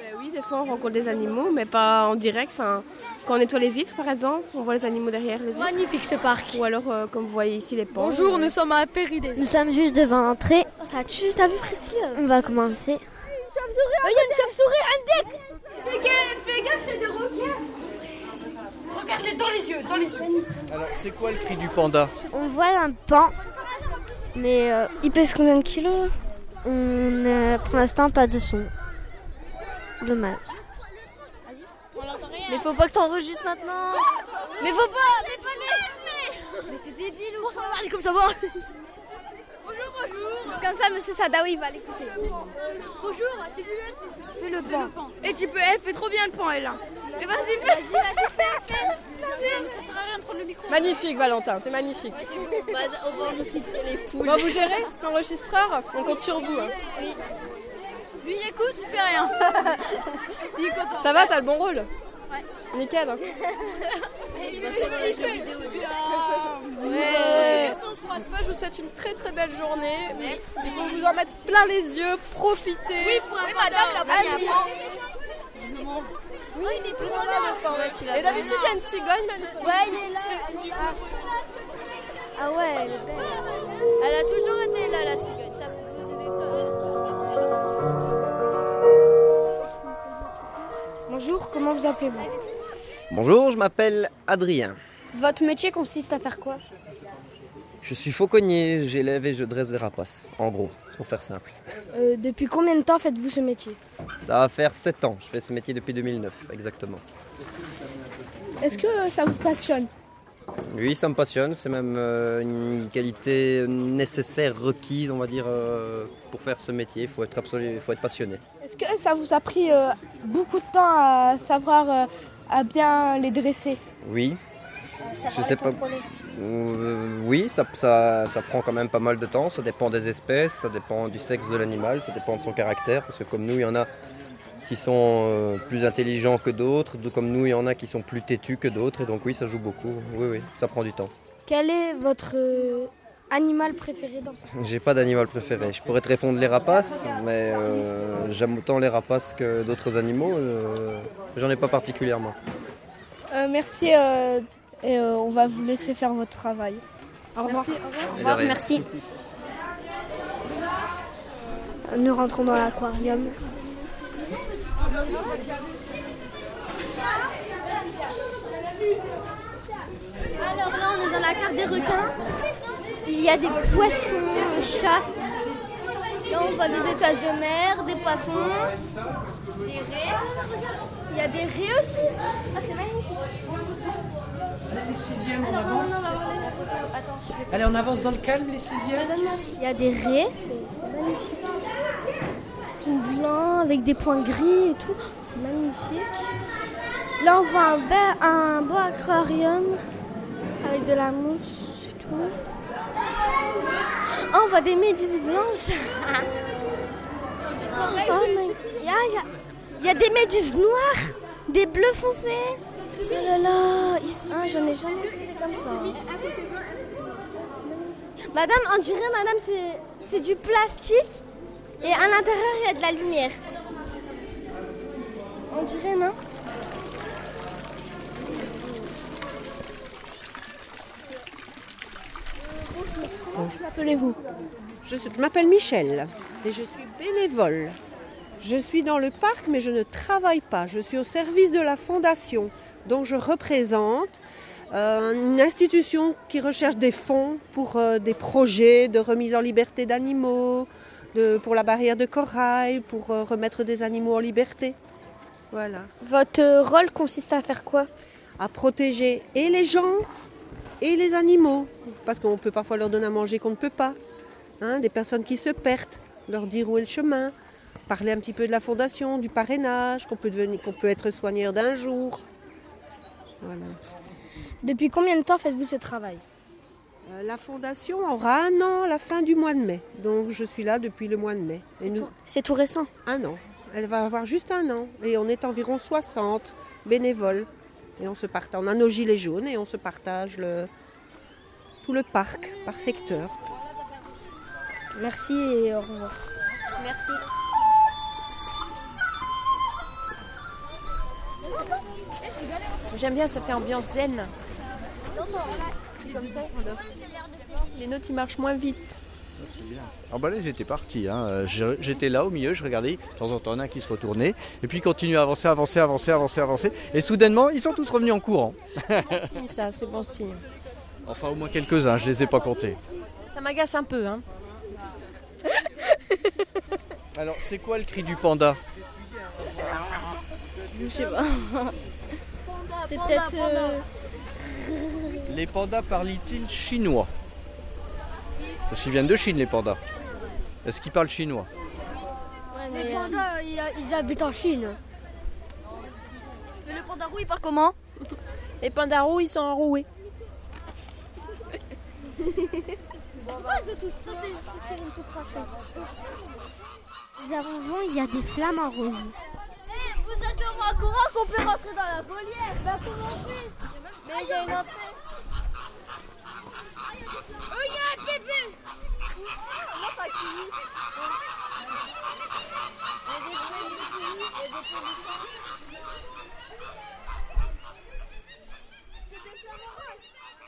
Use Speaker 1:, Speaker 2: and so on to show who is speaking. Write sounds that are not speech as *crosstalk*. Speaker 1: Euh, des fois on rencontre des animaux, mais pas en direct. Enfin, quand on nettoie les vitres par exemple, on voit les animaux derrière les vitres.
Speaker 2: Magnifique ce parc.
Speaker 1: Ou alors, euh, comme vous voyez ici, les pans.
Speaker 2: Bonjour, nous sommes à Péridée.
Speaker 3: Nous sommes juste devant l'entrée.
Speaker 4: Ça tue, t'as vu Priscilla
Speaker 3: On va commencer.
Speaker 4: Il y a une chauve-souris, un deck
Speaker 5: Regarde-les dans les yeux, dans les yeux.
Speaker 6: Alors, c'est quoi le cri du panda
Speaker 3: On voit un pan, mais euh,
Speaker 4: Il pèse combien de kilos
Speaker 3: on n'a pour l'instant pas de son. Dommage.
Speaker 2: Mais faut pas que t'enregistres maintenant. Mais faut pas, mais pas les. Mais t'es débile ou On s'en parle comme ça, bon. Bonjour, bonjour. C'est comme ça, monsieur Sadawi va l'écouter. Bonjour, euh, c'est Fais le pan.
Speaker 5: Et tu peux, elle fait trop bien le pan, elle. hein. Mais vas-y, vas-y, vas-y, fais, fais. Ça sert à rien de prendre le micro.
Speaker 1: Magnifique Valentin, t'es magnifique.
Speaker 2: Bah,
Speaker 1: on va les poules. vous gérez L'enregistreur On compte sur vous. hein.
Speaker 5: Lui, il écoute, tu fais rien. il est content.
Speaker 1: Ça va, t'as le bon rôle Nickel. hein.
Speaker 5: Il veut il fait.
Speaker 2: Ah.
Speaker 1: Ouais. euh, Si on se croise pas, je vous souhaite une très très belle journée. Il faut vous en mettre plein les yeux, profitez. Oui,
Speaker 5: Oui, madame, la vas-y.
Speaker 1: Et d'habitude, il y a une cigogne, mais elle-
Speaker 3: Ah ouais,
Speaker 2: Elle a toujours été là, la cigogne. Ça proposait des tonnes.
Speaker 4: Bonjour, comment vous appelez-vous
Speaker 6: Bonjour, je m'appelle Adrien.
Speaker 4: Votre métier consiste à faire quoi
Speaker 6: Je suis fauconnier, j'élève et je dresse des rapaces, en gros, pour faire simple.
Speaker 4: Depuis combien de temps faites-vous ce métier
Speaker 6: Ça va faire 7 ans, je fais ce métier depuis 2009, exactement.
Speaker 4: Est-ce que euh, ça vous passionne
Speaker 6: Oui, ça me passionne, c'est même euh, une qualité nécessaire, requise, on va dire, euh, pour faire ce métier. Il faut être absolu, faut être passionné.
Speaker 4: Est-ce que ça vous a pris euh, beaucoup de temps à savoir, euh, à bien les dresser
Speaker 6: Oui, je sais pas. Euh, oui, ça, ça- ça prend quand même pas mal de temps. Ça dépend des espèces, ça dépend du sexe de l'animal, ça dépend de son caractère. Parce que comme nous, il y en a qui sont euh, plus intelligents que d'autres. de- Comme nous, il y en a qui sont plus têtus que d'autres. Et donc oui, ça joue beaucoup. Oui, oui, ça prend du temps.
Speaker 4: Quel est votre euh, animal préféré dans
Speaker 6: J'ai pas d'animal préféré. Je pourrais te répondre les rapaces, mais euh, j'aime autant les rapaces que d'autres animaux. euh, J'en ai pas particulièrement.
Speaker 4: Euh, merci euh, et euh, on va vous laisser faire votre travail. Au revoir.
Speaker 6: Au revoir,
Speaker 3: merci.
Speaker 4: Nous rentrons dans l'aquarium.
Speaker 2: Alors là, on est dans la carte des requins.
Speaker 3: Il y a des poissons, des chats.
Speaker 2: Là, on voit des étoiles de mer, des poissons. Des raies. Il y a des raies aussi. Ah, c'est magnifique.
Speaker 7: Les sixièmes, on avance. Allez, on avance dans le calme, les sixièmes.
Speaker 3: Il y a des raies.
Speaker 4: Ils sont blancs avec des points gris et tout. C'est magnifique. Là, on voit un, be- un beau aquarium avec de la mousse et tout. Oh, on voit des méduses blanches. *laughs* Oh my- Il y a- il y a- il y a des méduses noires, des bleus foncés. Oh là là, ils sont- ah, j'en ai jamais vu comme ça. Madame, on dirait, madame, c'est- c'est du plastique. Et à l'intérieur, il y a de la lumière. On dirait, non Appelez-vous.
Speaker 8: Je, suis- je m'appelle Michel et je suis bénévole. Je suis dans le parc mais je ne travaille pas. Je suis au service de la fondation dont je représente euh, une institution qui recherche des fonds pour euh, des projets de remise en liberté d'animaux, de- pour la barrière de corail, pour euh, remettre des animaux en liberté. Voilà.
Speaker 4: Votre rôle consiste à faire quoi
Speaker 8: À protéger et les gens et les animaux parce qu'on peut parfois leur donner à manger qu'on ne peut pas. Hein, des personnes qui se perdent, leur dire où est le chemin, parler un petit peu de la fondation, du parrainage, qu'on peut, devenir, qu'on peut être soigneur d'un jour. Voilà.
Speaker 4: Depuis combien de temps faites-vous ce travail
Speaker 8: Euh, la fondation aura un an à la fin du mois de mai, donc je suis là depuis le mois de mai. Et nous,
Speaker 4: C'est tout récent.
Speaker 8: un an. Elle va avoir juste un an et on est environ 60 bénévoles. Et on se partage, on a nos gilets jaunes et on se partage le- tout le parc par secteur.
Speaker 4: Merci et au revoir.
Speaker 2: Merci.
Speaker 1: J'aime bien, ça fait ambiance zen. Comme ça, on dort. Les notes, ils marchent moins vite.
Speaker 9: Ah bah là, ils étaient partis. hein. Je- J'étais là au milieu, je regardais. De temps en temps, il y en a un qui se retournait. Et puis, ils continuaient à avancer, avancer, avancer, avancer, avancer. Et soudainement, ils sont tous revenus en courant.
Speaker 1: Signe, ça, c'est bon signe.
Speaker 9: enfin, au moins quelques-uns, je les ai pas comptés.
Speaker 1: Ça m'agace un peu, hein.
Speaker 9: Alors, c'est quoi le cri du panda
Speaker 10: Je sais pas. C'est peut-être. euh,
Speaker 9: Les pandas parlent-ils chinois Parce qu'ils viennent de Chine, les pandas. Est-ce qu'ils parlent chinois
Speaker 2: Les pandas, ils, ils habitent en Chine. Mais le panda roux, il parle comment
Speaker 1: Les pandas roux, ils sont enroués.
Speaker 2: Ça, c'est- c'est- c'est une toute façon.
Speaker 3: Là avant, il y a des flammes en rose.
Speaker 2: Eh, Vous êtes au courant qu'on peut rentrer dans la volière Bah comment on fait Mais il y a une entrée Oh, il y a un bébé Comment ça crie C'est des flamants